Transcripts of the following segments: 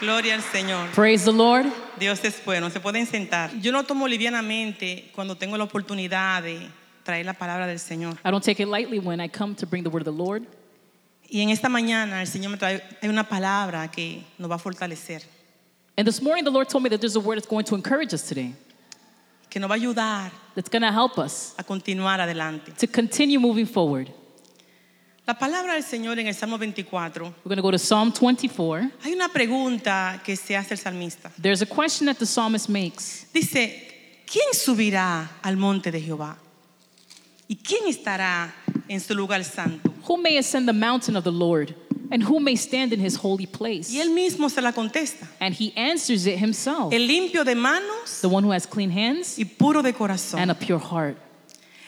Gloria al Señor. Praise the Lord. Dios es bueno. Se pueden sentar. Yo no tomo livianamente cuando tengo la oportunidad de traer la palabra del Señor. I don't take it lightly when I come to bring the word of the Lord. Y en esta mañana el Señor me trae hay una palabra que nos va a fortalecer, And this morning, the Lord told me that there's a word that's going to encourage us today, que nos va a ayudar that's going to help us a continuar adelante. to continue moving forward. La palabra del Señor en el Salmo 24. We're going to go to Psalm 24. Hay una pregunta que se hace el salmista. There's a question that the psalmist makes Dice, ¿quién subirá al monte de Jehová? ¿Y quién estará en su lugar santo? Who may ascend the mountain of the Lord, and who may stand in his holy place? Y él mismo se la contesta. And he answers it himself El limpio de manos the one who has clean hands y puro de and corazón. a pure heart,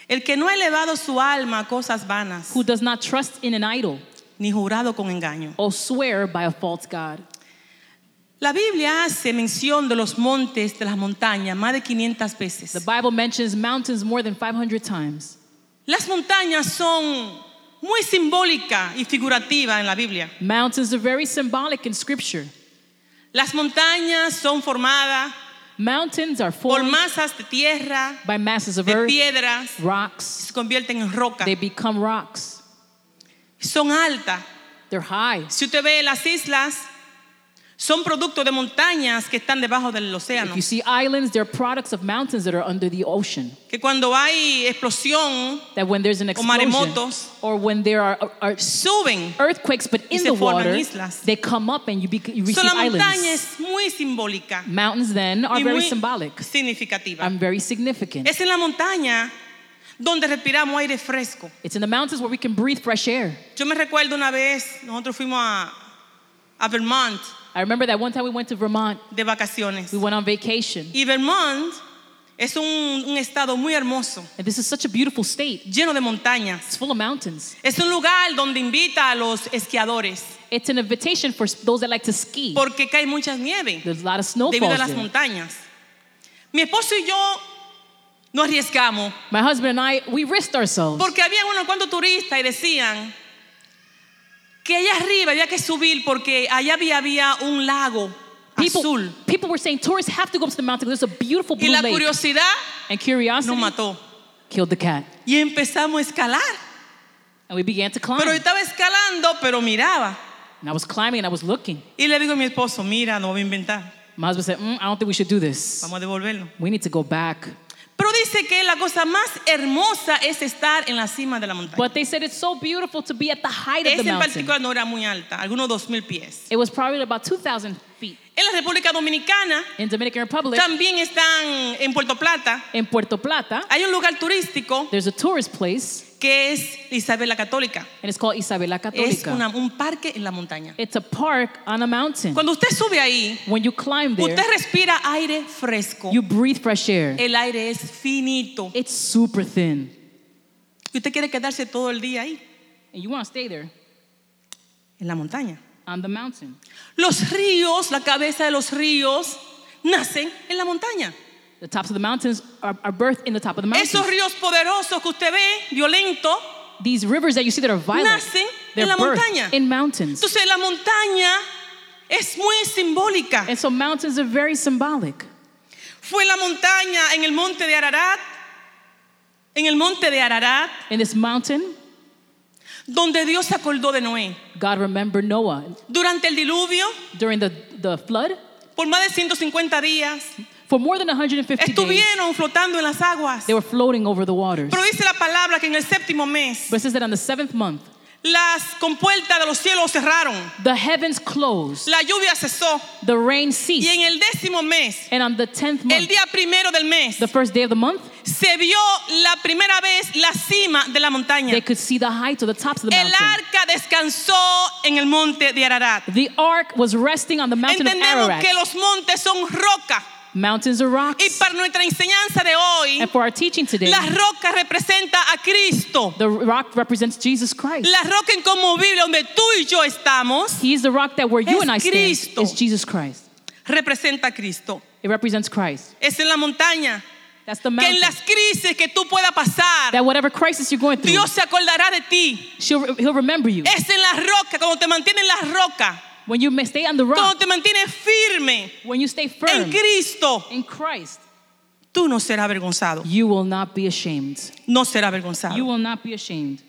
El que no ha elevado su alma a cosas vanas, who does not trust in an idol ni jurado con engaño. or swear by a false God. La Biblia hace mención de los montes, de las montañas, más de 500 The veces. Bible mentions mountains more than 500 times. Las montañas son muy simbólicas y figurativas en la Biblia. Mountains are very symbolic in Scripture. Las montañas son formadas Mountains are por formed masas de tierra, by masses of de earth, piedras, rocks. se convierten en roca. They become rocks. Son altas. They're high. Si usted ve las islas, son producto de montañas que están debajo del océano. If you see islands, they're products of mountains that are under the ocean. Que cuando hay explosión, That when there's an explosion maremotos. or when there are, are suben. earthquakes, but Y in se the forman water, islas. they come up and you, bec you So, receive la montaña islands. es muy simbólica Mountains then are y very muy symbolic. significativa. I'm very significant. Es en la montaña donde respiramos aire fresco. It's in the mountains where we can breathe fresh air. Yo me recuerdo una vez, nosotros fuimos a, a Vermont I remember that one time we went to Vermont. de vacaciones. We went on vacation. Y Vermont es un, un estado muy hermoso, And this is such a beautiful state. lleno de montañas. It's full of mountains. Es un lugar donde invita a los esquiadores It's an invitation for s- those that like to ski. porque cae mucha nieve There's a lot of debido a snowfalls las there. montañas. Mi esposo y yo nos arriesgamos My husband and I, we risked ourselves porque había unos cuantos turistas y decían que allá arriba había que subir porque allá había, había un lago people, azul people were saying tourists have to go up to the mountain. There's a beautiful y blue la lake. curiosidad And curiosity nos mató. killed the cat. Y empezamos a escalar. And we began to climb. Pero yo estaba escalando, pero miraba. And I was climbing and I was looking. Y le digo a mi esposo, mira, no voy a inventar, My husband said, mm, I don't think we should do this. vamos a devolverlo. We need to go back. Pero dice que la cosa más hermosa es estar en la cima de la montaña. But they said it's so beautiful to be at the height of the Esa en mountain. particular no era muy alta, algunos 2.000 pies. It was probably about 2,000 feet. En la República Dominicana, In Dominican Republic, también están en Puerto Plata, in Puerto Plata, hay un lugar turístico there's a tourist place, que es Isabel la Católica. and it's called Isabela Es Católica. una- un parque en la montaña. It's a park on a mountain. Cuando usted sube ahí, When you climb there, usted respira aire fresco. you breathe fresh air. El aire es finito. It's super thin, Y usted quiere quedarse todo el día ahí, and you want to stay there en la montaña. on the mountain. Los ríos, la cabeza de los ríos, nacen en la montaña. The tops of the mountains are, are birthed in the top of the mountains. Esos ríos poderosos que usted ve, violentos. These rivers that you see that are violent, Nacen en they're la birthed montaña. in mountains. Entonces la montaña es muy simbólica. And so mountains are very symbolic. Fue la montaña en el monte de Ararat, en el monte de Ararat, In this mountain, donde Dios se acordó de Noé. God remembered Noah Durante el diluvio, during the, the flood. por más de 150 días, For more than 150 days, estuvieron flotando en las aguas. they were floating over the waters. Pero dice la palabra que en el séptimo mes, But it says that on the seventh month, las compuertas de los cielos cerraron, the heavens closed, la lluvia cesó. the rain Y ceased, en el décimo mes, and on the tenth el month, día primero del mes, the first day of the month, se vio la primera vez la cima de la montaña. they could see the heights or the tops of the El mountain. arca descansó en el monte de Ararat. The ark was resting on the mountain of Entendemos Ararat. que los montes son roca. Mountains are Y rocks. para nuestra enseñanza de hoy, And for our teaching today, la roca representa a Cristo. the rock represents Jesus Christ. La roca inconmovible donde tú y yo estamos He is the rock that where you Es and I stand Cristo. is Jesus Christ. representa a Cristo. It represents Christ. Es en la montaña. That's the Que mountain. en las crisis que tú puedas pasar, That whatever crisis you're going through, Dios se acordará de ti. she'll, he'll remember you. Es en la roca, cuando te mantiene en la roca, When you may stay on the cuando rock, te mantienes firme when you stay en firm Cristo, in Christ, tú no serás avergonzado. you will not be ashamed. No serás You avergonzado. will not be ashamed.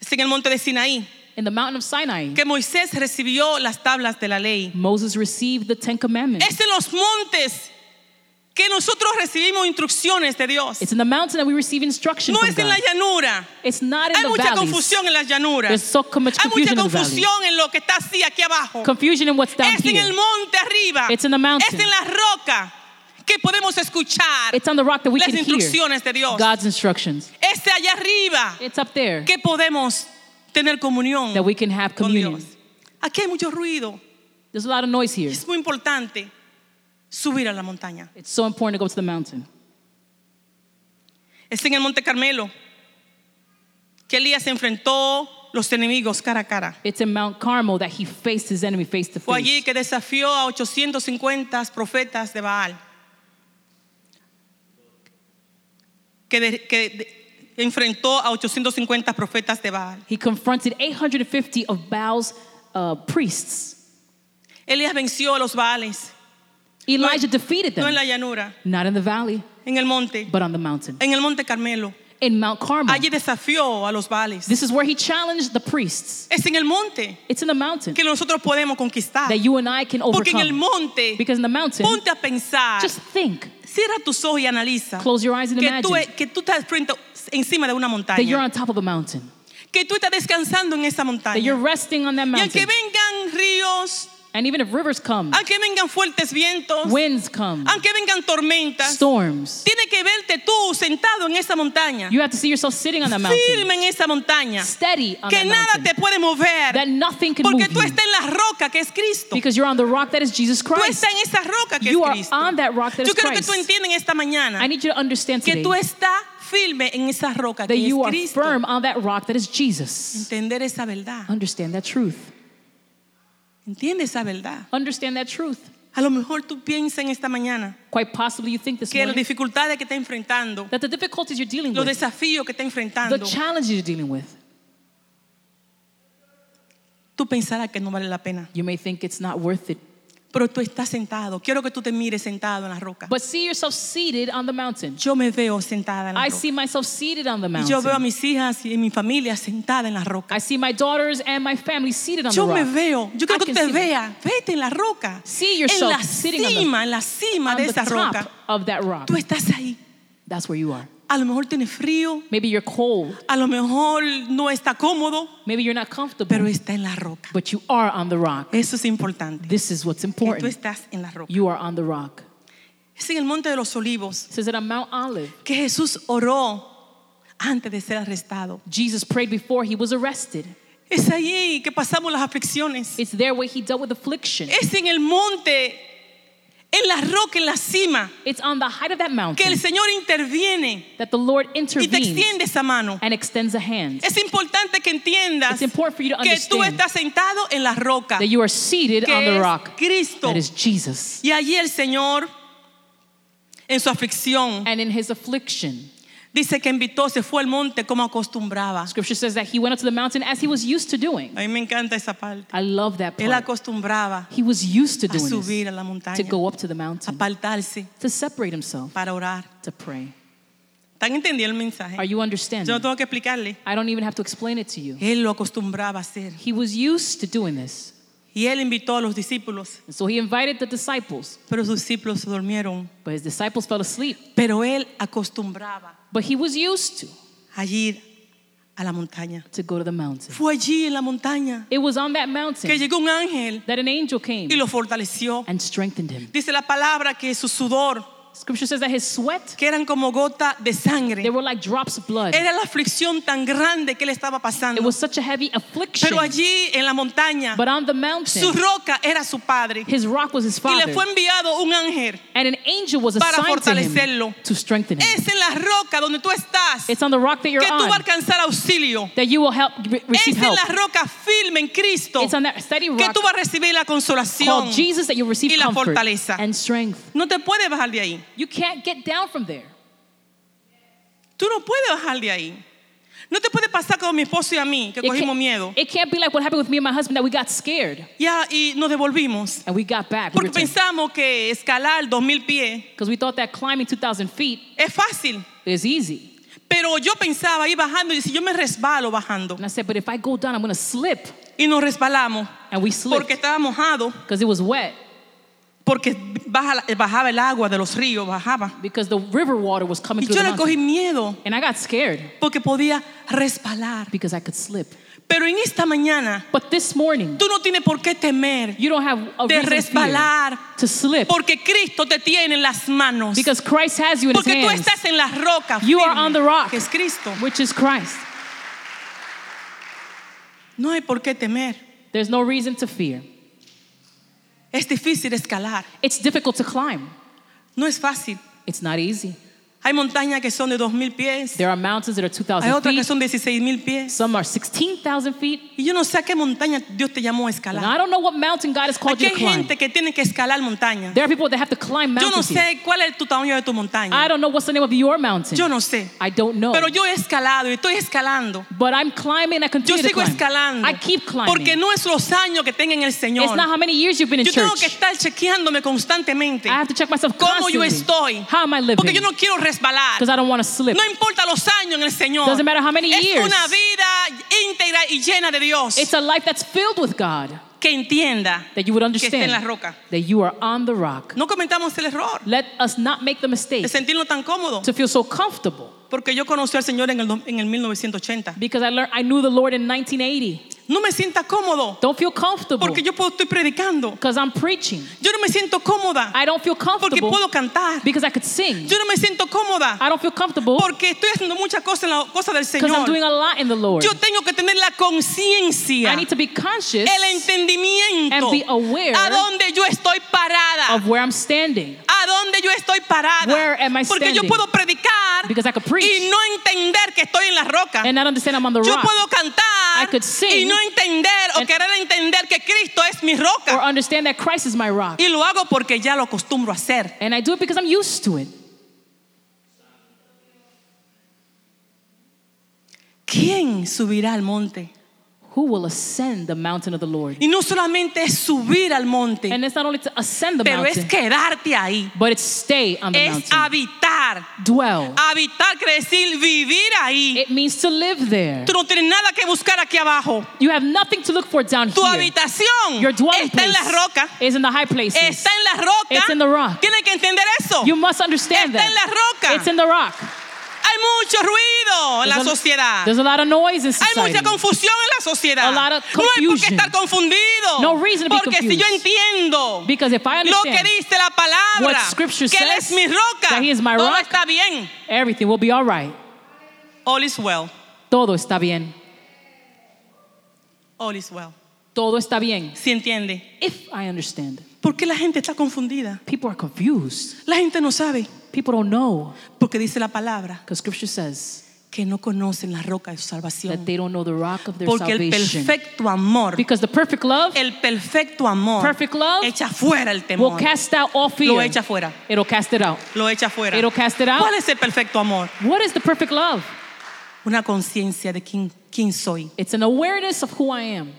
Es en el monte de Sinaí In the mountain of Sinai, que Moisés recibió las tablas de la ley. Moses received the Ten Commandments. Es en los montes que nosotros recibimos instrucciones de Dios. It's in the mountain that we receive instruction No from es en la God. llanura. It's not in Hay the mucha valleys. confusión en las There's llanuras. so much Hay mucha confusion in the valley. confusión en lo que está así aquí abajo. Confusion in what's down Es en el here. monte arriba. It's in the mountain. Es en la roca que podemos escuchar It's on the rock that we las can hear instrucciones de Dios. God's instructions. Es allá arriba It's up there que podemos tener comunión that we can have con Oh, communion. Dios. Aquí hay mucho ruido. There's a lot of noise here. Es muy importante subir a la montaña. It's so important to go to the mountain. Es en el monte Carmelo que Elías se enfrentó los enemigos cara a cara. It's in Mount Carmel that he faced his enemy face to Fue allí face. que desafió a 850 profetas de Baal. Que, de- que de- enfrentó a 850 profetas de Baal. He confronted 850 of Baal's uh, priests. Elías venció a los Baales, Elijah defeated no en them, la llanura, not in the valley, en el monte, but on the mountain. en el monte Carmelo. In Mount Carmel, Allí desafió a los Baales. this is where he challenged the priests. Es en el monte It's in the mountain que nosotros podemos conquistar. that you and I can Porque en el overcome. monte, Because in the mountain, ponte a pensar, just think, cierra tus ojos y analiza close your eyes and que tú, imagine que tú estás frente, encima de una that you're montaña. on top of a mountain, que tú estás descansando en esa that you're montaña. resting on that Y aunque mountain. vengan ríos, And even if rivers come, aunque vengan fuertes vientos, winds come, aunque vengan tormentas, storms, tiene que verte tú sentado en esa montaña, you have to see yourself sitting on that mountain, firme en esa montaña, steady on que that nada mountain, te puede mover, that nothing can porque move tú you. estás en la roca que es Cristo. Because you're on the rock that is Jesus Tú Christ. estás en esa roca que es You are Cristo. on that rock that Yo is creo que tú Christ. entiendes esta I mañana need you to understand que today tú estás firme en esa roca that que es you are Cristo. firm on that rock that is Jesus. Entender esa verdad. Understand that truth. Entiende esa verdad. Understand that truth. A lo mejor tú piensas en esta mañana. Quite possibly you think this que las morning dificultades que está enfrentando, that the difficulties you're dealing los with, desafíos que está the enfrentando, challenges you're dealing with, tú pensarás que no vale la pena. you may think it's not worth it. Pero tú estás sentado. Quiero que tú te mires sentado en la roca. But see yourself seated on the mountain. Yo me veo sentada en la I roca. see myself seated on the Y yo veo a mountain. mis hijas y a mi familia sentada en la roca. I see my daughters and my family seated on the Yo me rock. veo. Yo quiero I que tú can te see them. veas. Vete en la roca. See en yourself la sitting on the- cima, en la cima On de the esa top roca. of that rock. Tú estás ahí. That's where you are. A lo mejor tienes frío. Maybe you're cold. A lo mejor no está cómodo. Maybe you're not Pero comfortable. está en la roca. But you are on the rock. Eso es importante. This is what's Que tú important. estás en la roca. You are on the rock. Es en el monte de los olivos. It says that on Mount Olive, que Jesús oró antes de ser arrestado. Jesus prayed before he was arrested. Es allí que pasamos las aflicciones. It's there where he dealt with affliction. Es en el monte, en la roca, en la cima, It's on the height of that que el mountain Señor interviene that the Lord y te intervenes extiende esa mano. and extends a hand. Es importante que entiendas It's important for you to que tú understand estás sentado en la roca, that you are seated on que the es rock Cristo. that is Jesus. Y allí el Señor, en su aflicción, And in his affliction, dice que invitó, se fue al monte como acostumbraba. scripture says that he went up to the mountain as he was used to doing. A mí me encanta esa parte. I love that Él part. acostumbraba He was used to a doing this, subir a la to montaña. go up to the mountain, apartarse to separate himself, para orar. to pray. ¿Están entendiendo el Are mensaje? you Yo no understanding? tengo que explicarle. I don't even have to explain it to you. Él lo acostumbraba a hacer. He was used to doing this. Y él invitó a los discípulos, And so he invited the disciples, pero sus discípulos se durmieron. but his disciples fell asleep. Pero él acostumbraba But he was used to a ir a la montaña. to go to the mountain. Fue allí en la montaña It was on that que mountain llegó un ángel that an angel y came lo fortaleció. and strengthened him. Dice la palabra que su sudor, Scripture says that his sweat, que eran como gota de they sangre, were like drops of blood. era la aflicción tan grande que le estaba It pasando. was such a heavy affliction. Pero allí en la montaña, But on the su mountain, roca era su padre. his rock was his Y le father. fue enviado un ángel. And an angel was para assigned to him fortalecerlo. to strengthen him. Es en la roca donde tú estás It's on the rock that you're que tú vas a on alcanzar auxilio. that you will help re- receive Es en help. la roca firme en Cristo It's on that steady que rock tú vas a recibir la consolación. called Jesus that you'll y receive la comfort fortaleza. and strength. No te puedes bajar de ahí. You can't get down from there. Tú no puedes bajar de ahí. No te puede pasar como mi esposo y a mí, que It cogimos can't- miedo. It can't be like what happened with me and my husband that we got scared Ya, y nos devolvimos. and we got back. Porque pensamos que escalar 2000 pies Because we thought that climbing 2,000 feet es fácil. is easy. Pero yo pensaba ir bajando y si yo me resbalo bajando. And I said, but if I go down, I'm going to slip. Y nos resbalamos And we slipped porque estaba mojado, because it was wet, porque baja la- bajaba el agua de los ríos, bajaba. because the river water was coming Y through yo the le cogí mountain. miedo And I got scared porque podía resbalar. because I could slip. Pero en esta mañana But this morning, tú no tienes por qué temer you don't have a de reason to fear, resbalar to slip porque Cristo te tiene en las manos. because Christ has you in his Porque tú hands, estás en las rocas. You are firme, on the rock. Que es Cristo. which is Christ. No hay por qué temer. There's no reason to fear. Es difícil escalar. It's difficult to climb. No es fácil. It's not easy. Hay montañas que son de 2.000 pies. There are mountains that are Hay 2,000 otras que feet. son 16.000 pies. Some are 16,000 feet. Y yo no sé a qué montaña Dios te llamó a And escalar. I don't know what mountain God has called Aquí you hay to climb. gente que tiene que escalar montañas. There are people that have to climb Yo no mountains. here. sé cuál es tu tamaño de tu I montaña. don't know what's the name of your mountain. Yo no sé. I don't know. Pero yo he escalado y estoy escalando. But I'm climbing. I Yo continue to sigo climb. escalando. I keep climbing. Porque no es los años que tenga en el it's Señor. not how many years you've been in Yo tengo church. que estar chequeándome constantemente. I have to check myself Cómo yo constantly. estoy. How am I living? Porque yo no quiero resbalar. Because I don't want to slip. No importa los años en el Señor. Doesn't matter how many es years. una vida íntegra y llena de Dios. It's a life that's filled with God que entienda that you would que esté en la understand roca. that you are on the rock. No comentamos el error Let us not make the de mistake sentirnos tan cómodo. to feel so comfortable Porque yo conocí al Señor en el, do- en el 1980. because I learned I knew the Lord in 1980. No me sienta cómodo Don't feel comfortable porque yo puedo, estoy predicando. because I'm preaching. Yo no me siento cómoda I don't feel porque comfortable puedo cantar. because I could sing. Yo no me siento cómoda I don't feel comfortable porque estoy haciendo muchas cosas en la cosa del because I'm Señor. doing a lot in the Lord. Yo tengo que tener la conciencia, I need to be conscious el entendimiento and be aware a dónde yo estoy parada. of where I'm standing a dónde yo estoy parada. Where am I Porque yo standing? puedo predicar because I could y preach no entender que estoy en la roca. and not understand I'm on the Yo rock puedo cantar I could sing y no entender o and- querer entender que Cristo es mi or roca. understand that Christ is my rock. Y lo hago porque ya lo acostumbro a hacer. And I do it because I'm used to it. ¿Quién subirá al monte? Who will ascend the mountain of the Lord? Y no solamente es subir al monte, And it's not only to ascend the pero mountain, es quedarte ahí. but it's stay on the Es mountain. habitar. Dwell. Habitar quiere decir vivir ahí. It means to live there. Tú no tienes nada que buscar aquí abajo. You have nothing to look for down Tu here. habitación Your dwelling está en place la roca. is in the high places. Está en la roca. It's in the rock. Tiene que entender eso. you must understand Está en la that. roca. It's in the rock. Hay mucho ruido en la There's a- sociedad. There's a lot of noise in Hay society. mucha confusión en la sociedad. A lot of no hay por qué confusion. estar confundido. No reason to be porque si confused. yo entiendo Because if I lo que understand, dice la palabra, what Scripture que Él says, es mi roca, that he is my todo rock. está bien. everything will be all right. All is well. Todo está bien. All is well. Todo está bien. ¿Sí entiende? If I understand, ¿Por qué la gente está confundida? people are confused. La gente no sabe. People don't know Porque dice la palabra because Scripture says que no conocen la roca de su that salvación. they don't know the rock of their Porque el salvation. perfecto amor because the perfect love El perfecto amor Perfect love echa fuera el will temor. cast out Lo all fear. echa fuera. It'll cast it out. Lo echa fuera. It'll cast it out. ¿Cuál es el perfecto amor? What is the perfect love? Una conciencia de quién, quién soy. It's an awareness of who I am.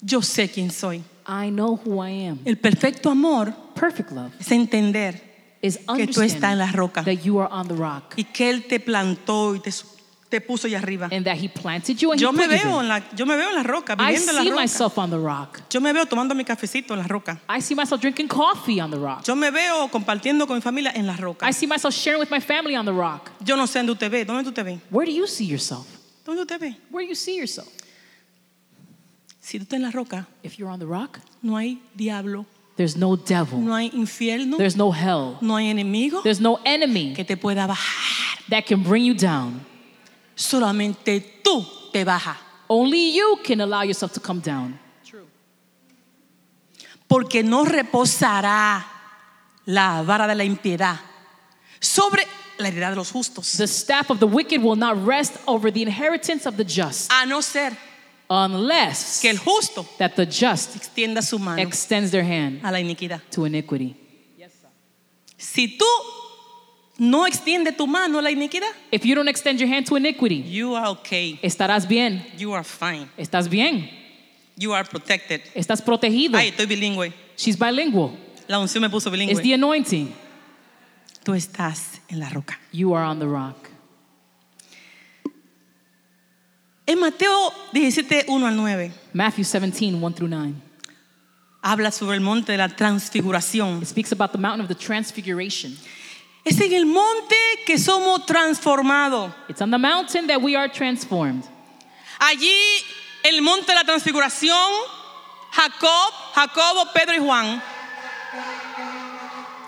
Yo sé quién soy. I know who I am. El perfecto amor Perfect love es entender is que tú estás en la understanding roca that you are on the rock y que Él te plantó y te, su- te puso allá arriba. and that He planted you and Yo He me, put you veo there. en la, yo me veo en la roca, I viviendo en la see roca. myself on the rock. Yo me veo tomando mi cafecito en la roca. I see myself drinking coffee on the rock. Yo me veo compartiendo con mi familia en la roca. I see myself sharing with my family on the rock. Yo no sé dónde usted ve. ¿Dónde tú te ves? Where do you see yourself? ¿Dónde usted ve? Where do you see yourself? Si tú estás en la roca, If you're on the rock, No hay diablo, there's no devil, no hay infierno, there's no hell, no hay enemigo there's no enemy que te pueda bajar. that can bring you down. Solamente tú te bajas. Only you can allow yourself to come down Porque no reposará la vara de la impiedad sobre la heredad de los justos. The staff of the wicked will not rest over the inheritance of the just, A no ser unless que el justo that the just extienda su mano extends their hand a la iniquidad. to iniquity. Si tú no extiende tu mano a la iniquidad. If you don't extend your hand to iniquity, You are okay. estarás bien. You are fine. Estás bien. You are protected. Estás protegido. Ay, estoy bilingüe. She's bilingual. La unción me puso It's the bilingüe. anointing. Tú estás en la roca. You are on the rock. En Mateo 17, 1 al 9, Matthew 17, 1 through 9. habla sobre el monte de la transfiguración. It speaks about the mountain of the transfiguration. Es en el monte que somos transformados. It's on the mountain that we are transformed. Allí, el monte de la transfiguración, Jacob, Jacobo, Pedro y Juan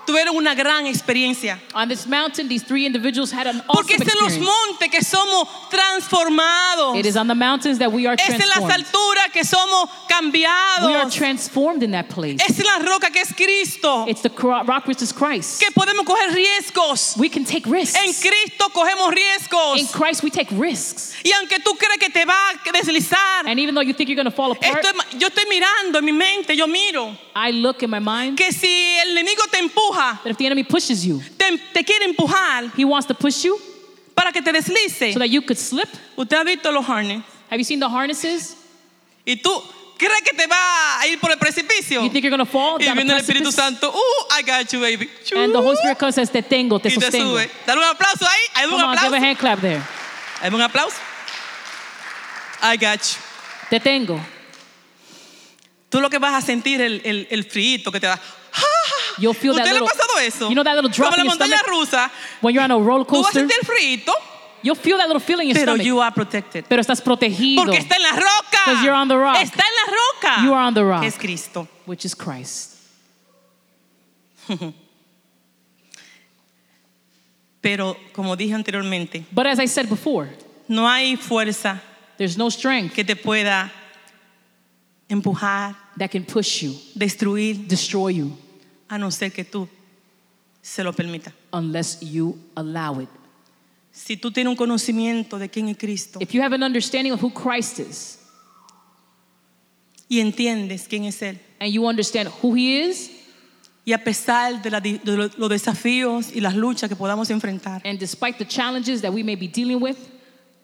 tuvieron una gran experiencia. On this mountain, these three individuals had an awesome Porque es en los experience. montes que somos transformados. It is on the mountains that we are Es en las transformed. alturas que somos We are cambiados. transformed in that place. Es en la roca que es Cristo. It's the cro- rock which is Christ. Que podemos coger riesgos. We can take En risks. Cristo cogemos In riesgos. Christ, we take risks. Y aunque tú crees que te va a deslizar, And even though you think you're going to fall apart, esto es- yo estoy mirando en mi mente, yo miro I look in my mind que si el enemigo te empuja, that if the enemy pushes you, te, te quiere empujar he wants to push you para que te deslice. so that you could slip. Usted ha visto los harness. Have you seen the harnesses? Y tú crees que te va a ir por el precipicio. You think you're going to fall Y down a viene el Espíritu precipice? Santo. Uh, I got you, baby. And the Holy Spirit comes and says, te tengo, te y te sostengo. sube. Dale un aplauso ahí. Hay un Come on, give a aplauso. hand clap there. Hay un aplauso. I got you. Te tengo. Tú lo que vas a sentir el, el, el frío que te da. You'll feel that ¿Usted le ha little- pasado eso? you know that little drop Como la in your montaña stomach? rusa. When you're on a roller Tú vas a coaster, sentir el frío, you'll feel that little feeling in your pero stomach. you are protected. Pero estás protegido, Porque está en la roca. 'Cause you're on the rock. Está en la roca. You are on the rock. Que Es Cristo. which is Christ. Pero como dije anteriormente, But as I said before, no hay fuerza there's no strength que te pueda empujar, that can push you, destruir, destroy you, a no ser que tú se lo permita. unless you allow it. Si tú tienes un conocimiento de quién es Cristo If you have an understanding of who Christ is y entiendes quién es Él, and you understand who He is, y a pesar de, la di- de lo- los desafíos y las luchas que podamos enfrentar, and despite the challenges that we may be dealing with,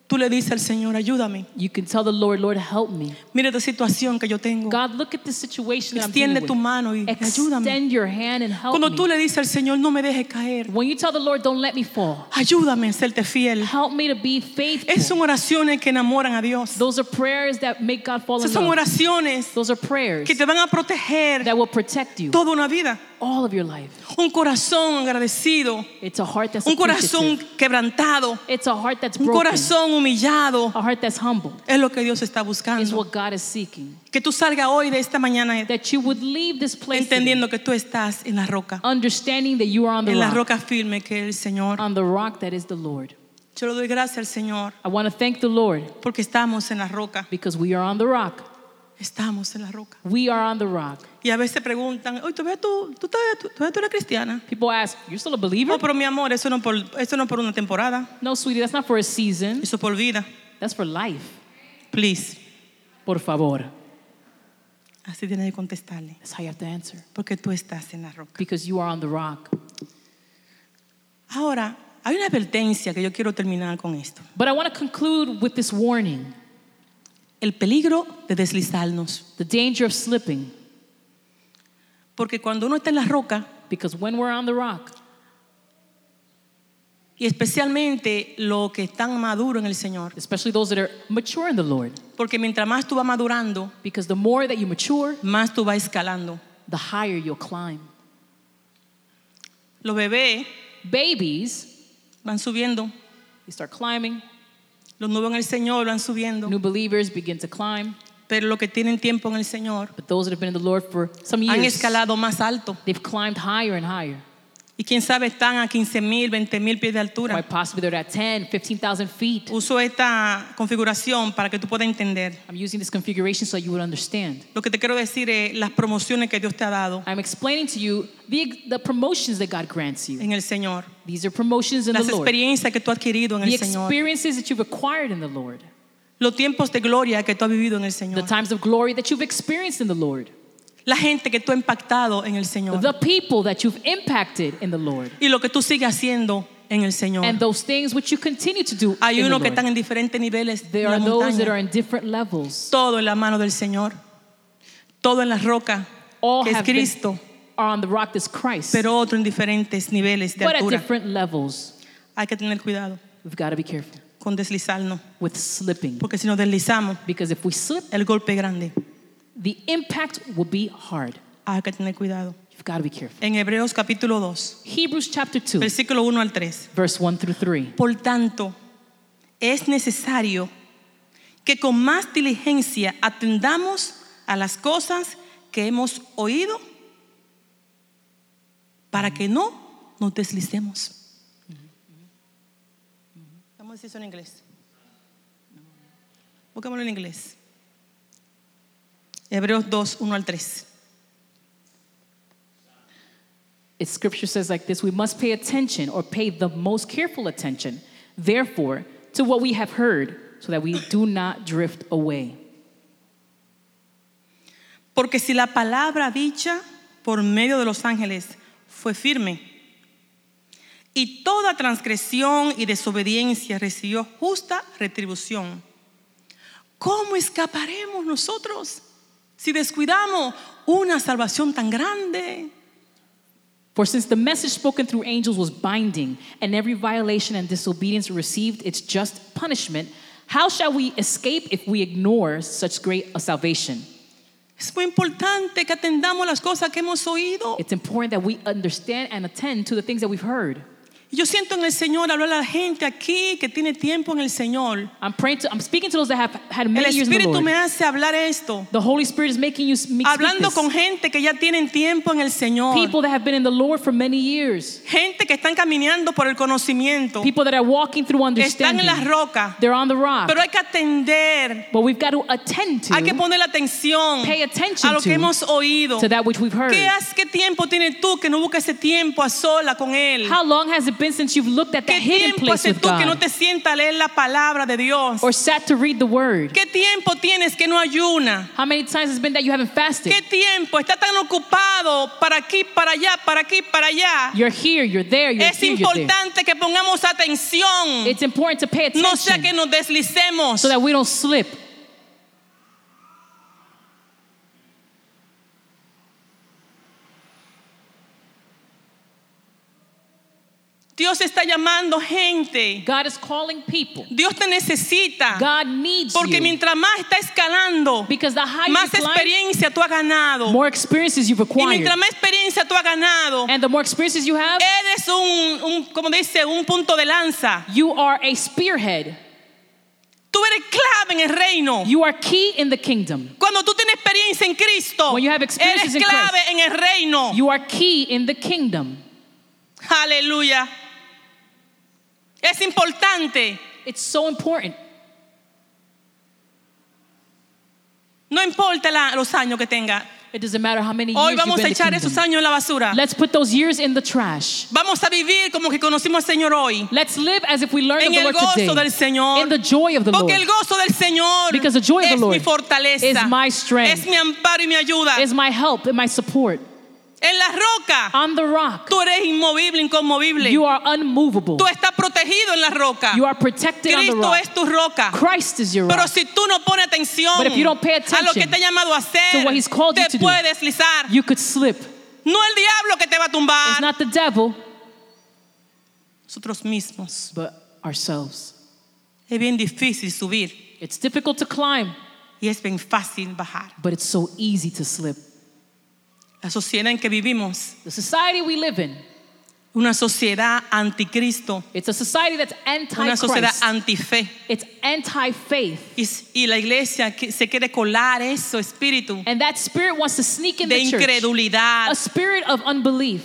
tú le dices al Señor, ayúdame. you can tell the Lord, Lord, help me. Mira esta situación que yo tengo. God, look at this situation that I'm dealing Extiende tu with. mano y ayúdame. Extend your hand and help Cuando me. tú le dices al Señor, no me dejes caer, When you tell the Lord, don't let me fall, ayúdame a serte fiel. help me to be faithful. Esas son oraciones que enamoran a Dios. Those are prayers that make God fall Esas in son love. oraciones Those are prayers que te van a proteger that will protect you toda una vida. all of your life. Un corazón agradecido, It's a heart that's un corazón appreciative. quebrantado, It's a heart that's un broken. corazón humillado. A heart that's humble Es lo que Dios está is buscando. what God is seeking. Que tú salgas hoy de esta mañana That you would leave this place today entendiendo que tú estás en la roca, understanding that you are on the en la rock, roca firme que es el Señor. on the rock that is the Lord. Yo le doy gracias al Señor I want to thank the Lord porque estamos en la roca, because we are on the rock. estamos en la roca. We are on the rock. Y a veces preguntan, oye, todavía tú, tú, todavía tú, todavía tú eres cristiana. People ask, "You're still a believer?" No, pero mi amor, eso no por, eso no por una temporada, No, sweetie, that's not for a season. eso por vida. That's for life. Please, Por favor. así tienes que contestarle, That's how you have to answer porque tú estás en la roca. because you are on the rock. Ahora, hay una advertencia que yo quiero terminar con esto. But I want to conclude with this warning: El peligro de deslizarnos, the danger of slipping, porque cuando uno está en la roca, because when we're on the rock, y especialmente los que están maduros en el Señor, especially those that are mature in the Lord, Porque mientras más tú vas madurando, because the more that you mature, más tú vas escalando. the higher you'll climb. Los bebés Babies, van subiendo, they start climbing. los nuevos en el Señor van subiendo, New believers begin to climb, pero los que tienen tiempo en el Señor but those that have been in the Lord for some han years, escalado más alto. they've climbed higher and higher. Y quién sabe, están a 15 mil, 20 mil pies de altura. Quite possibly they're at 10, 15,000 feet. Uso esta configuración para que tú puedas entender. I'm using this configuration so you would understand. Lo que te quiero decir es las promociones que Dios te ha dado I'm explaining to you the, the promotions that God grants you. en el Señor, These are promotions in the las Lord. experiencias que tú has adquirido en The el Señor, experiences that you've acquired in the Lord. los tiempos de gloria que tú has vivido en el The Señor, times of glory that you've experienced in the Lord. la gente que tú has impactado en el Señor The people that you've impacted in the Lord. y lo que tú sigues haciendo en el Señor. and those things which you continue to do. Hay in the unos que Lord. están en diferentes niveles de There la are those that montaña. are in different levels. Todo en la mano del Señor. Todo en la roca, All que es have been- Cristo, are on the rock that's Christ, pero otro en diferentes niveles de but at altura. different levels. Hay que tener cuidado We've got to be careful con deslizarnos, with slipping porque si nos deslizamos, because if we slip, el golpe es grande. the impact will be hard. Hay que tener cuidado. You've got to be careful. En Hebreos capítulo 2, Hebrews chapter 2, versículo 1 al 3. verse 1 through 3. Por tanto, es necesario que con más diligencia atendamos a las cosas que hemos oído para que no nos deslicemos. Vamos a decir eso en inglés. Busquémoslo en inglés. Hebreos 2, 1 al 3. Its scripture says like this We must pay attention or pay the most careful attention, therefore, to what we have heard, so that we do not drift away. Porque si la palabra dicha por medio de los ángeles fue firme y toda transgresión y desobediencia recibió justa retribución, ¿cómo escaparemos nosotros si descuidamos una salvación tan grande? For since the message spoken through angels was binding, and every violation and disobedience received its just punishment, how shall we escape if we ignore such great a salvation? Es muy importante que atendamos las cosas que hemos oído. It's important that we understand and attend to the things that we've heard. Yo siento en el Señor hablar a la gente aquí que tiene tiempo en el Señor. I'm praying to, I'm speaking to those that have had El many years in the Espíritu Lord. me hace hablar esto. The Holy Spirit is making you speak Hablando this. con gente que ya tienen tiempo en el Señor. people that have been in the Lord for many years, Gente que están caminando por el conocimiento. people that are walking through Están understanding. en la roca. They're on the rock, Pero hay que atender. but we've got to attend to Hay que poner la atención Pay attention a lo que to- hemos oído. to that which we've heard. ¿Qué, has- ¿Qué tiempo tienes tú que no buscas ese tiempo a sola con Él? How long has it been since you've looked at that ¿Qué hidden tiempo place haces with tú que God, no te sientas a leer la palabra de Dios? or sat to read the Word? ¿Qué tiempo tienes que no ayuna? How many times has it been that you haven't fasted? ¿Qué tiempo está tan ocupado para aquí, para allá, para aquí, para allá? You're here, you're there, you're Es here, you're there. importante que pongamos atención. It's important to pay No sea que attention nos deslicemos. so that we don't slip. Dios está llamando gente. God is calling people. Dios te necesita. God needs Porque you mientras más está escalando, because the higher más you climb, experiencia tú has ganado. more experiences you've Y acquired, mientras Eh más experiencia tú has ganado, and the more experiences you have, eres un, un como dice, un punto de lanza. you are a spearhead. Tú eres clave en el reino. You are key in the kingdom. Cuando tú tienes experiencia en Cristo, When you have eres experiences in clave en el reino. You are key in the kingdom. Aleluya. Es importante. It's so important. No importa la- los años que tenga. It doesn't matter how many Hoy years you've vamos been a in the echar kingdom. esos años en la basura. Let's put those years in the trash. Vamos a vivir como que conocimos al Señor hoy. Let's live as if we learned En of the el Lord gozo today. del Señor. In the joy of the Porque el Lord. gozo del Señor Because the joy of the es Lord mi fortaleza, is my strength. es mi amparo y mi ayuda. Is my help and my support. en la roca, On the rock, tú eres inmovible, inconmovible. you are unmovable. tú estás protegido en la roca. You are protected on the Cristo rock. es tu roca. Christ is your Pero rock. si tú no pones atención But if you don't a pay lo que attention te ha llamado a hacer, to what He's called you te to do, puede deslizar. You could slip. no el diablo que te va a It's tumbar, not the devil, nosotros mismos. but ourselves. Es bien difícil subir It's difficult to climb, y es bien fácil bajar. but it's so easy to slip. La sociedad en que vivimos, The society we live in, una sociedad anticristo, it's a society that's una sociedad anti-Christ. antife. It's anti-faith. Y, y la iglesia que se quiere colar eso, espíritu And that spirit wants to sneak in de the church. incredulidad. A spirit of unbelief.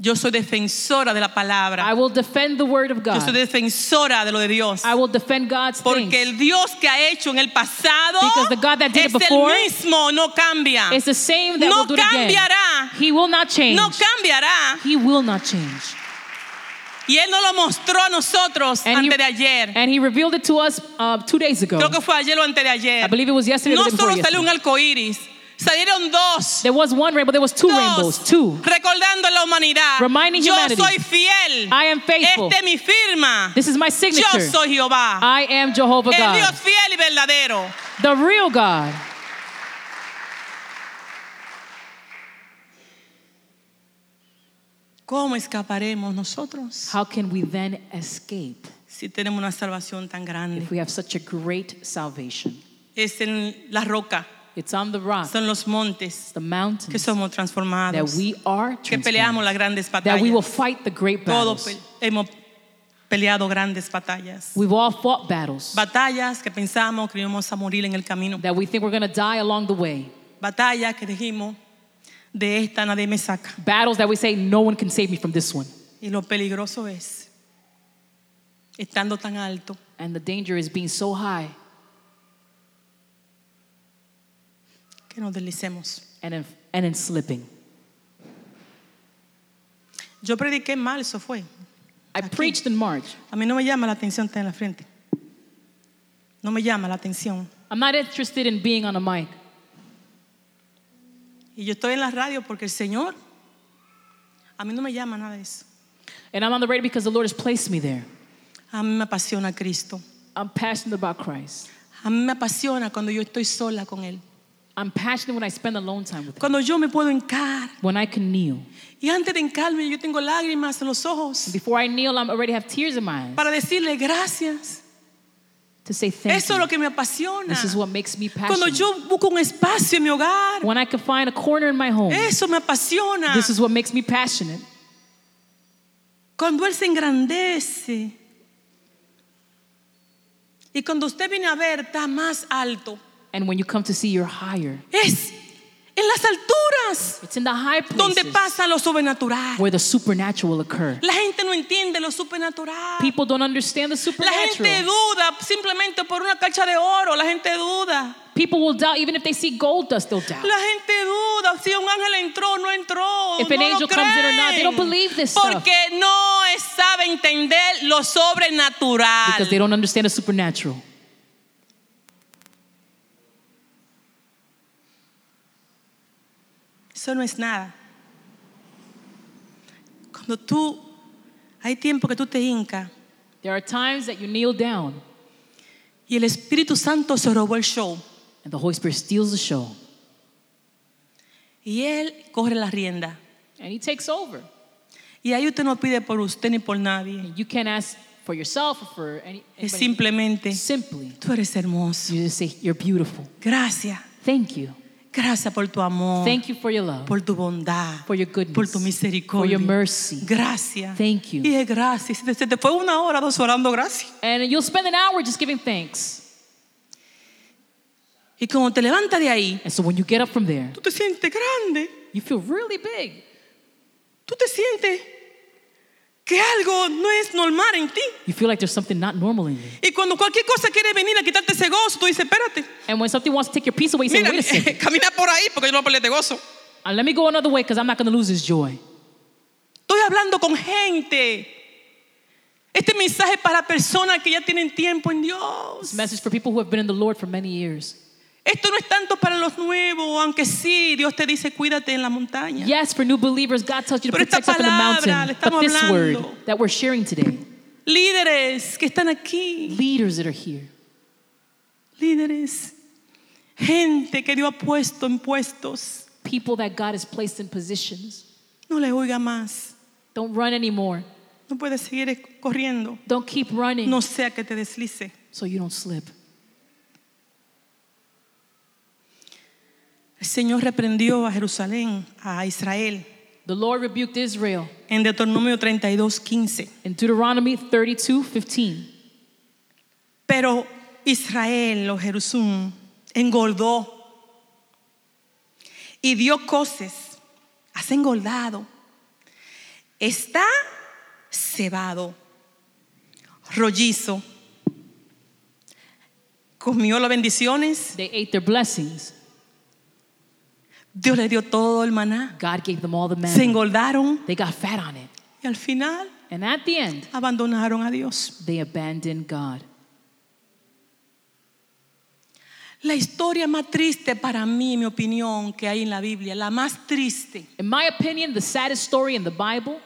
Yo soy defensora de la I palabra. will defend the word of Yo soy God. defensora de lo de Dios. I will defend God's things. Porque el Dios que ha hecho en el pasado Because the God that did it es before el mismo, no cambia. It's the same that No will do it again. cambiará. He will not change. No cambiará. He will not change. Y Él nos lo mostró a nosotros And he, antes de ayer. and he revealed it to us uh, two days ago. Creo que fue ayer o antes de I ayer. believe it was yesterday. or No the day before solo salió un yesterday. arco iris, Salieron dos. There was one rainbow, there was two dos, rainbows, two. Recordando a la humanidad. Reminding Yo humanity. soy fiel. I am faithful. Este es mi firma. This is my signature. Yo soy Jehová. I am Jehovah el Dios God, fiel y verdadero. the real God. ¿Cómo escaparemos nosotros How can we then escape si tenemos una salvación tan grande? if we have such a great salvation? Es en la roca, It's on the rock, son los montes it's the que mountains somos that transformados, we are que transformed, peleamos las grandes that we will batallas. fight the great Todos battles. pe- hemos peleado grandes batallas. We've all fought battles Batallas que pensamos que íbamos a morir en el camino. that we think we're going to die along the way. Batallas que dijimos, de esta nadie me saca. Battles that we say, no one can save me from this one. Y lo peligroso es, estando tan alto, And the danger is being so high que nos deslicemos. and in, and in slipping. Yo prediqué mal, eso fue. I preached in March. A mí no me llama la atención estar en la frente. No me llama la atención. I'm not interested in being on a mic. Y yo estoy en la radio porque el Señor, a mí no me llama nada de eso. And I'm on the radio because the Lord has placed me there. A mí me apasiona Cristo. I'm passionate about Christ. A mí me apasiona cuando yo estoy sola con Él. I'm passionate when I spend alone time with Him. Cuando yo me puedo hincar. When I can kneel. Y antes de hincarme, yo tengo lágrimas en los ojos Before I kneel, I already have tears in my eyes para decirle gracias. to say thank Eso es you. lo que me apasiona. This is what makes me passionate. Cuando yo busco un espacio en mi hogar, when I can find a corner in my home, eso me apasiona. this is what makes me passionate. Cuando Él se engrandece. Y cuando usted viene a ver, está más alto. And when you come to see, you're higher. Es en las alturas It's in the high donde places pasa lo sobrenatural. where the supernatural occur. La gente no entiende lo sobrenatural. People don't understand the La gente supernatural. duda simplemente por una cacha de oro. La gente duda. People will doubt, even if they see gold dust, they'll doubt. La gente duda si un ángel entró o no entró. If no an lo angel comes in or not, they don't creen. believe this stuff. Porque no es- sabe entender lo sobrenatural. Because they don't understand the supernatural. Eso no es nada. Cuando tú, hay tiempo que tú te hincas There are times that you kneel down y el Espíritu Santo se robó el show and the Holy Spirit steals the show y Él corre la rienda. and he takes over. Y ahí usted no pide por usted ni por nadie. And you can't ask for yourself or for any, Es anybody. simplemente, Simply, tú eres hermoso. you just say, You're beautiful. Gracias. Thank you. Gracias por tu amor, Thank you for your love, por tu bondad, for your goodness, por tu for misericordia. your mercy. Gracias. Thank you. Y es gracias. Se te- Se te fue una hora, dos horas dando gracias. And you'll spend an hour just giving thanks. Y cuando te levantas de ahí, And so when you get up from there, tú te sientes grande. you feel really big. tú te sientes que algo no es normal en ti. You feel like there's something not normal in you. Y cuando cualquier cosa quiere venir a quitarte ese gozo, tú dices, espérate, And when something wants to take your peace away, you say, mira, Wait a second. camina por ahí porque yo no voy a perder este gozo. Uh, let me go another way because I'm not going to lose this joy. Estoy hablando con gente. Este mensaje es para personas que ya tienen tiempo en Dios. This message for people who have been in the Lord for many years. Esto no es tanto para los nuevos, aunque sí, Dios te dice, cuídate en la montaña. Yes, for new believers, God tells you to Pero esta protect yourself in the palabra mountain. le But estamos this word hablando. that we're sharing today, Líderes que están aquí, leaders that are here, líderes, gente que Dios ha puesto en puestos, people that God has placed in positions, no le oiga más. don't run anymore. No puedes seguir corriendo. Don't keep running No sea que te deslice. so you don't slip. El Señor reprendió a Jerusalén, a Israel, The Lord rebuked Israel en Deuteronomio 32, 15. in Deuteronomy 32 15. Pero Israel o Jerusalén engordó y dio coces. Has engordado. Está cebado, rollizo. Comió las bendiciones. They ate their blessings. Dios le dio todo el maná. God gave them all the Se manna. engordaron They got fat on it. y al final And at the end, abandonaron a Dios. they abandoned God. La historia más triste para mí, en mi opinión, que hay en la Biblia, la más triste, In my opinion, the saddest story in the Bible,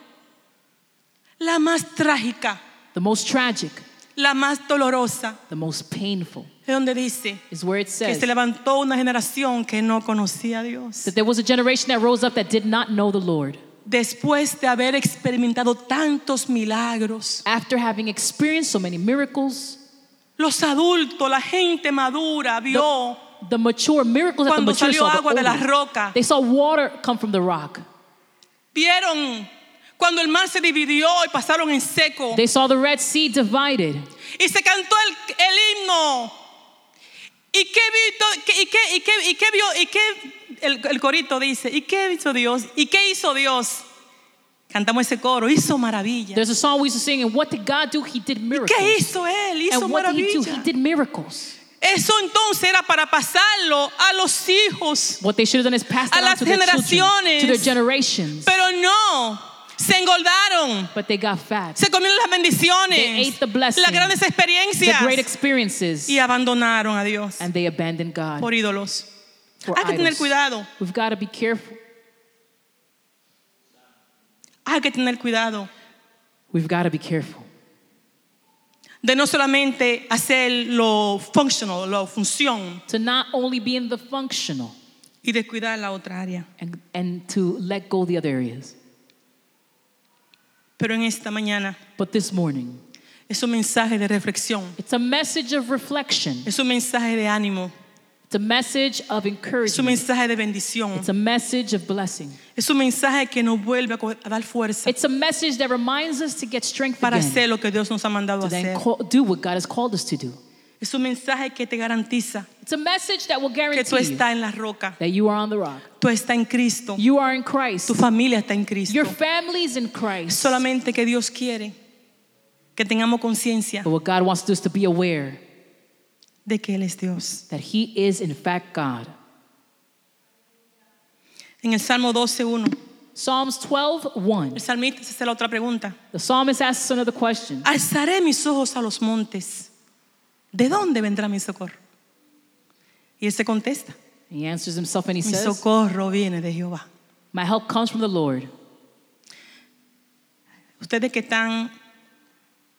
la más trágica, the most tragic, la más dolorosa, the most painful, es donde dice is where it que says se levantó una generación que no conocía a Dios. that there was a generation that rose up that did not know the Lord. Después de haber experimentado tantos milagros, After having experienced so many miracles, los adultos, la gente madura vio the mature miracles that the Cuando mature salió saw, the agua de la older, roca. they saw water come from the rock. Vieron cuando el mar se dividió y pasaron en seco. They saw the Red Sea divided. Y se cantó el, el himno. ¿Y qué, vi to- qué- y qué- y qué- y qué vio? ¿Y qué? El, el corito dice, ¿y qué hizo Dios? ¿Y qué hizo Dios? Cantamos ese coro, hizo maravilla. There's a song we used to sing, and what did God do? He did miracles. ¿Qué hizo Él? Hizo and what did he do? He maravilla. did miracles. Eso entonces era para pasarlo a los hijos. What they should have done is passed A it on las to their children, generaciones. to their generations. Pero no, se engordaron. But they got fat. Se comieron las They bendiciones, ate the blessing, las grandes The experiencias great experiences, y abandonaron a Dios and they abandoned God. por ídolos. for Hay que tener idols. cuidado. We've got to be careful. Hay que tener cuidado We've got to be careful de no solamente hacer lo functional, lo función, to not only be in the functional y descuidar la otra área. and, and to let go the other areas. Pero en esta mañana But this morning, es un mensaje de reflexión, it's a message of reflection. es un mensaje de ánimo, It's a message of es un encouragement. mensaje de bendición, It's a message of blessing. es un mensaje que nos vuelve a co- a dar fuerza It's a message that reminds us to get strength para again, hacer lo que Dios nos ha mandado a to hacer. then call, do what God has called us to do. Es un mensaje que te garantiza It's a message that will que tú guarantee you estás en la roca, that you are on the rock. tú estás en Cristo, You are in Christ. tu familia está en Cristo. Your family's in Christ. Solamente que Dios quiere que tengamos conciencia But what God wants to do is to be aware de que Él es Dios. that He is, in fact, God. En el Salmo 12.1, Psalms 12, el 1. salmista se hace la otra pregunta. The psalmist asks another question Alzaré mis ojos a los montes. ¿De dónde vendrá mi socorro? Y él se contesta, He answers himself and he mi says, socorro viene de Jehová. My help comes from the Lord. Ustedes que están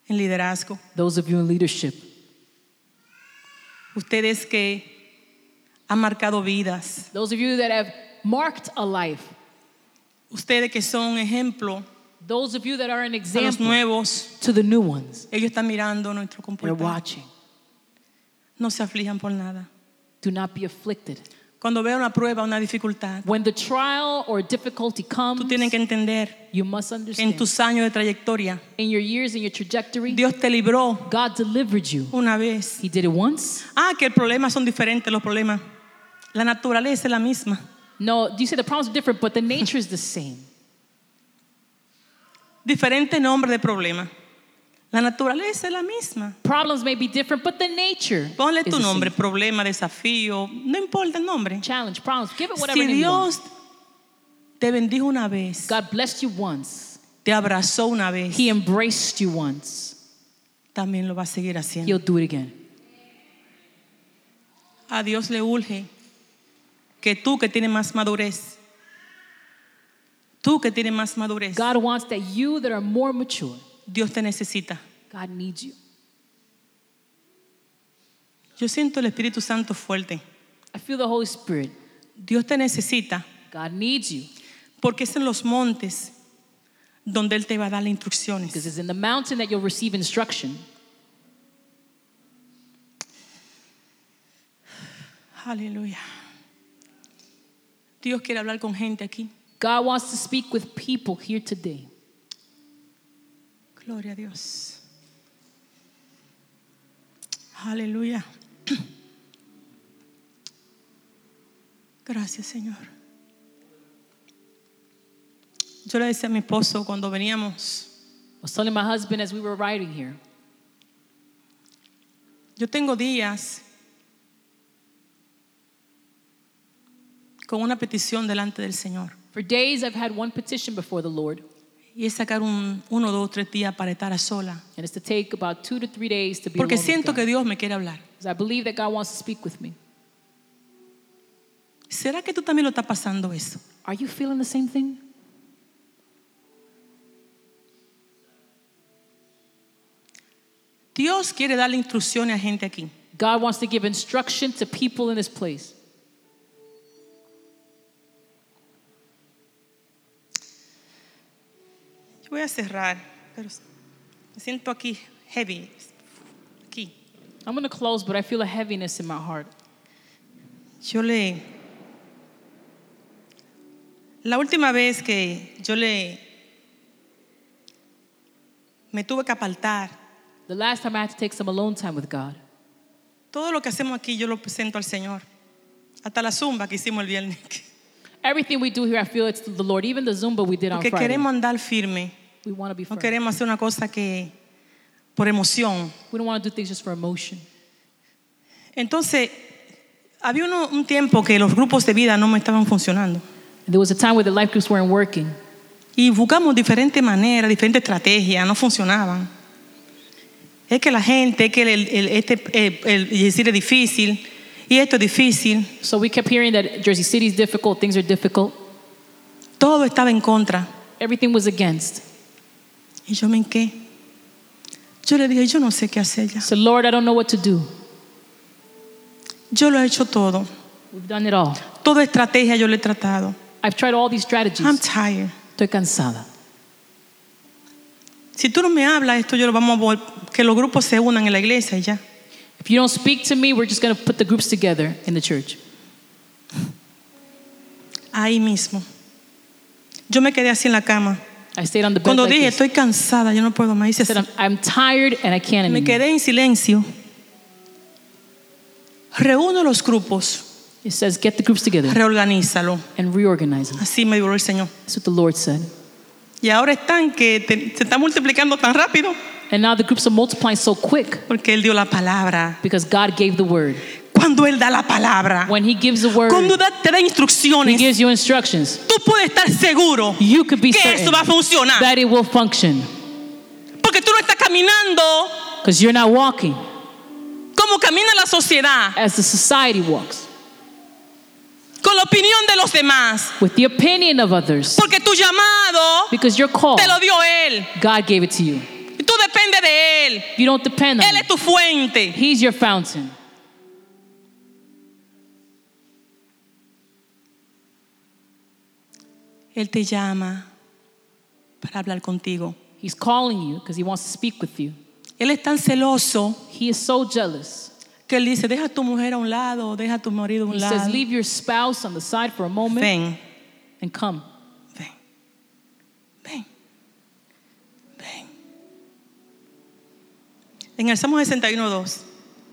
en liderazgo, Those of you in leadership, ustedes que han marcado vidas, those of you that have marked a life, ustedes que son ejemplo those of you that are an a los example nuevos, to the new ones, ellos están mirando nuestro they're comportamiento. watching. No se aflijan por nada. Do not be afflicted. Cuando vean una prueba, una dificultad, When the trial or difficulty comes, tú tienes que entender you must que en understand tus años de trayectoria, in your years and your trajectory, Dios te libró God delivered you. una vez. He did it once. Ah, que los problemas son diferentes los problemas. La naturaleza es la misma. No, you say the problems are different, but the nature is the same. Diferente nombre de problema. La naturaleza es la misma. Problems may be different, but the nature. Ponle is tu the same. nombre, problema, desafío, no importa el nombre. Challenge, problems, give it whatever Si name you want. Dios te bendijo una vez, God blessed you once. te abrazó una vez, He embraced you once. también lo va a seguir haciendo. He'll do it again. A Dios le urge que tú que tienes más madurez, tú que tienes más madurez, God wants that you that are more mature, Dios te necesita. God needs you. Yo siento el Espíritu Santo fuerte. I feel the Holy Spirit. Dios te necesita God needs you Porque es en los montes donde Él te va a dar las because instrucciones. it's in the mountain that you'll receive instruction. Aleluya. Dios quiere hablar con gente aquí. God wants to speak with people here today. Gloria a Dios. Aleluya. Gracias, Señor. Yo le decía a mi esposo cuando veníamos, I was telling my husband as we were riding here, yo tengo días con una petición delante del Señor. for days I've had one petition before the Lord, Y es sacar un, uno, dos, tres días para estar a sola. and it's to take about two to three days to be Porque alone with siento God. que Dios me quiere hablar. Because I believe that God wants to speak with me. ¿Será que tú también lo estás pasando eso? Are you feeling the same thing? Dios quiere darle instrucciones a gente aquí. God wants to give instruction to people in this place. Yo voy a cerrar, pero me siento aquí heavy. Aquí. I'm going to close, but I feel a heaviness in my heart. Yo le. La última vez que yo le. Me tuve que apartar. The last time I had to take some alone time with God, Todo lo que hacemos aquí yo lo presento al Señor. Hasta la zumba que hicimos el viernes. everything we do here, I feel it's the Lord. Even the Zumba we did on Porque Friday. queremos andar firme. we want to be firm. No queremos hacer una cosa que. por emoción. We don't want to do things just for emotion. Entonces, había uno- un tiempo que los grupos de vida no me estaban funcionando. And there was a time where the life groups weren't working. Y buscamos diferentes maneras, diferentes estrategias, no funcionaban. Es que la gente, es que el, el- este, el- el- decir es difícil, y esto es difícil, So we kept hearing that Jersey City is difficult, things are difficult, todo estaba en contra. everything was against. Y yo me enqué. Yo le dije, yo no sé qué hacer ya. So, Lord, I don't know what to do. Yo lo he hecho todo. We've done it all. Toda estrategia yo le he tratado. I've tried all these I'm strategies. tired. Estoy cansada. Si tú no me hablas esto, yo lo vamos a vol- que los grupos se unan en la iglesia y ya. If you don't speak to me, we're just going to put the groups together in the church. Ahí mismo. Yo me quedé así en la cama. I stayed on the bed. Cuando like dije, this. estoy cansada, yo no puedo más. Hice I said, así. I'm, I'm tired and I can't Me anymore. quedé en silencio. Reúno los grupos, It says, get the groups together reorganízalo. and reorganize them. Así me dijo el Señor. That's what the Lord said. Y ahora están que te- se están multiplicando tan rápido And now the groups are multiplying so quick porque Él dio la palabra. because God gave the word. Cuando Él da la palabra, When He gives the word, cuando da- te da He instrucciones, gives you instructions. tú puedes estar seguro You could be que eso certain va a funcionar. that it will function Porque tú no estás caminando because you're not walking como camina la sociedad, as the society walks con la opinión de los demás. with the opinion of others Porque tu llamado because you're called. te lo dio Él. God gave it to you. Y tú dependes de Él. You don't depend on Él Him. es tu fuente. He's your fountain. Él te llama para hablar contigo. He's calling you because He wants to speak with you. Él es tan celoso He is so jealous. que él dice, deja a tu mujer a un lado, deja a tu marido a un He lado. says, leave your spouse on the side for a moment Ven, and come. ven, ven, ven. En el Salmo 61.2,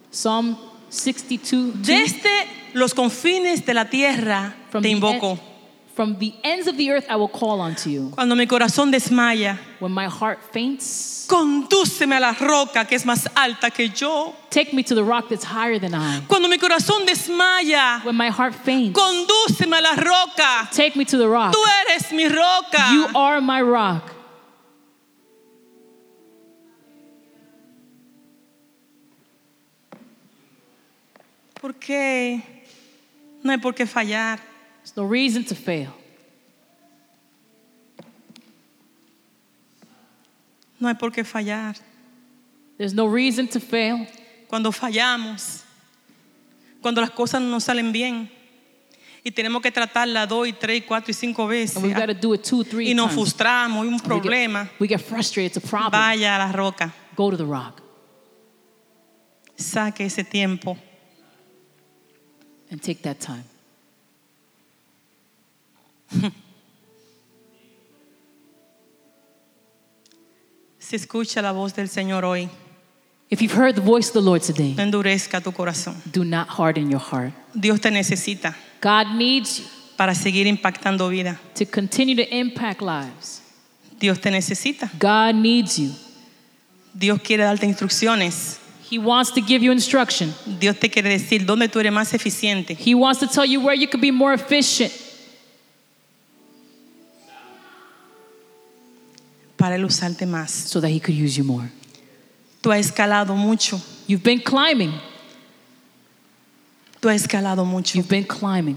Psalm 62 desde los confines de la tierra te the invoco. en- from the ends of the earth I will call unto you. Cuando mi corazón desmaya, When my heart faints, condúceme a la roca que es más alta que yo. take me to the rock that's higher than I. Cuando mi corazón desmaya, When my heart faints, condúceme a la roca. take me to the rock. Tú eres mi roca. You are my rock. ¿Por qué? No hay por qué fallar. There's no reason to fail. No hay por qué fallar. There's no reason to fail. Cuando fallamos, cuando las cosas no nos salen bien y tenemos que tratarla dos y tres y cuatro y cinco veces And we've got to do it two, three y nos times. frustramos y un We get- problema, We get, frustrated. It's a problem. vaya a la roca, Go to the rock saque ese tiempo. and take that time. Se escucha la voz del Señor hoy. If you've heard the voice of the Lord today, No endurezca tu corazón. do not harden your heart. Dios te necesita God needs you para seguir impactando vida. to continue to impact lives. Dios te necesita. God needs you. Dios quiere darte instrucciones. He wants to give you instruction. Dios te quiere decir dónde tú eres más eficiente. He wants to tell you where you could be more efficient para él usarte más. so that he could use you more. Tú has escalado mucho, You've been climbing. tú has escalado mucho. You've been climbing.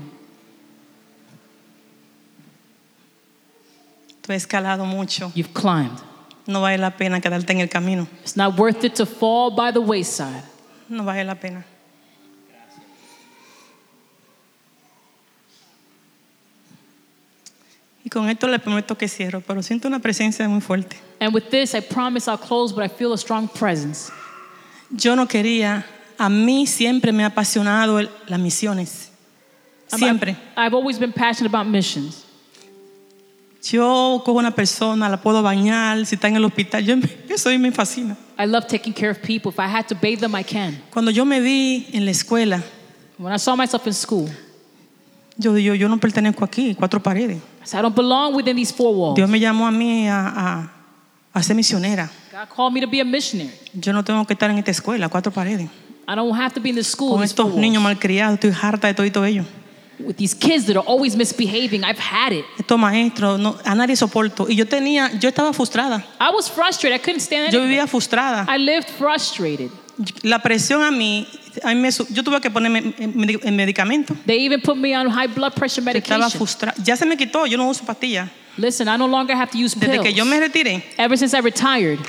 Tú has escalado mucho. You've climbed. No vale la pena quedarte en el camino. It's not worth it to fall by the wayside. No vale la pena. Y con esto le prometo que cierro, pero siento una presencia muy fuerte. And with this, I promise I'll close, but I feel a strong presence. Yo no quería, a mí siempre me ha apasionado el- las misiones. I'm- Siempre. I've, I've always been passionate about missions. Yo cojo una persona, la puedo bañar, si está en el hospital, yo, eso a mí me fascina. I love taking care of people. If I had to bathe them, I can. Cuando yo me vi en la escuela, When I saw myself in school, yo digo, yo no pertenezco aquí, cuatro paredes. I said, I don't belong within these four walls. Dios me llamó a mí a, a- a ser misionera. God called me to be a missionary. Yo no tengo que estar en esta escuela, cuatro paredes. I don't have to be in this school Con these four estos niños walls. malcriados, estoy harta de todo ellos. with these kids that are always misbehaving. I've had it. Estos maestros, no- a nadie soporto. Y yo tenía, yo estaba frustrada. I was frustrated. I couldn't stand Yo it. vivía frustrada. I lived frustrated. La presión a mí, a mí me su- yo tuve que ponerme en, medi- en medicamento. They even put me on high blood pressure Yo Estaba medication. frustrada. Ya se me quitó, yo no uso pastillas. Listen, I no longer have to use Desde que yo me pills. retiré, Ever since I retired,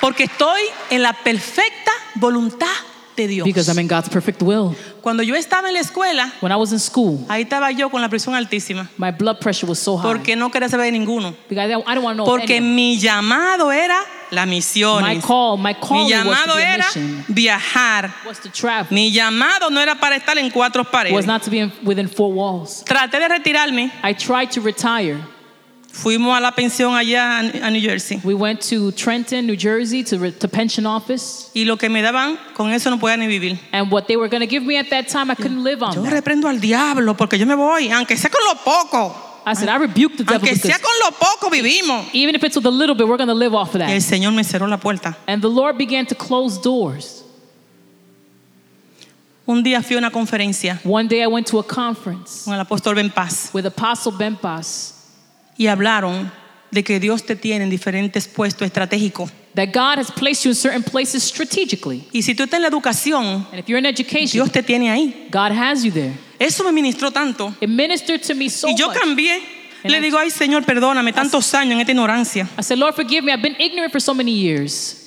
porque estoy en la perfecta voluntad de Dios. because I'm in God's perfect will. Cuando yo estaba en la escuela, When I was in school, ahí estaba yo con la presión altísima, my blood pressure was so high. porque no quería saber de ninguno. Because I don't, I don't want to know of Porque anyone. mi llamado era la misión. Oh, My call, my Mi calling was to llamado be a era mission, viajar. was to travel, Mi llamado no era para estar en cuatro was paredes. not to be in, within four walls. Traté de retirarme. I tried to retire. Fuimos a la pensión allá a New Jersey. We went to Trenton, New Jersey, to, re, to pension office. Y lo que me daban, con eso no podía ni vivir. And what they were going to give me at that time, I couldn't live on Yo that. reprendo al diablo porque yo me voy, aunque sea con lo poco. I said, I rebuked the devil Aunque sea because con lo poco vivimos. even if it's with a little bit, we're going to live off of Y el that. Señor me cerró la puerta. And the Lord began to close doors. Un día fui a una conferencia One day I went to a conference con el apóstol Ben Paz with Apostle Benpas y hablaron de que Dios te tiene en diferentes puestos estratégicos. that God has placed you in certain places strategically. Y si tú estás en la educación, And if you're in education, Dios te tiene ahí. God has you there. Eso me ministró tanto. It ministered to me so Y yo much. cambié. Le I- digo, ay Señor, perdóname tantos años en esta ignorancia. I said, Lord, forgive me. I've been ignorant for so many years.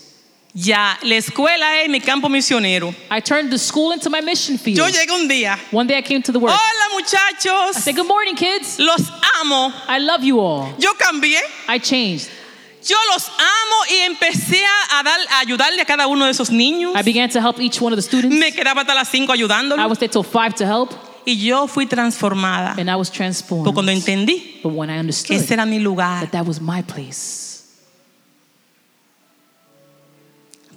Ya, la escuela es mi campo misionero. I turned the school into my mission Yo field. llegué un día. One day I came to the work. Hola I muchachos, said, Good morning, kids. los amo. I love you all. Yo cambié. I changed. Yo los amo y empecé a, dar, a ayudarle a cada uno de esos niños. I began to help each one of the students. Me quedaba hasta las 5 I ayudándolos. was there till five to help, Y yo fui transformada. and I was transformed. Porque cuando entendí But when I que understood ese era mi lugar. that that was my place,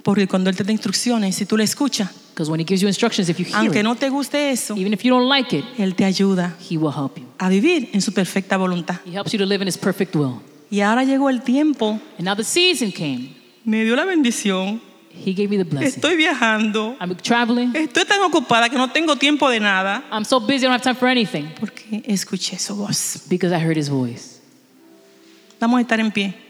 Porque cuando Él te da instrucciones, si tú le escuchas, because when He gives you instructions, if you hear aunque it, no te guste eso, even if you don't like it, Él te ayuda He will help you. a vivir en su perfecta voluntad. He helps you to live in His perfect will. Y ahora llegó el tiempo. And now the season came. Me dio la bendición. He gave me the blessing. Estoy viajando. I'm traveling. Estoy tan ocupada que no tengo tiempo de nada. I'm so busy, I don't have time for anything Porque escuché su voz. because I heard His voice. Vamos a estar en pie.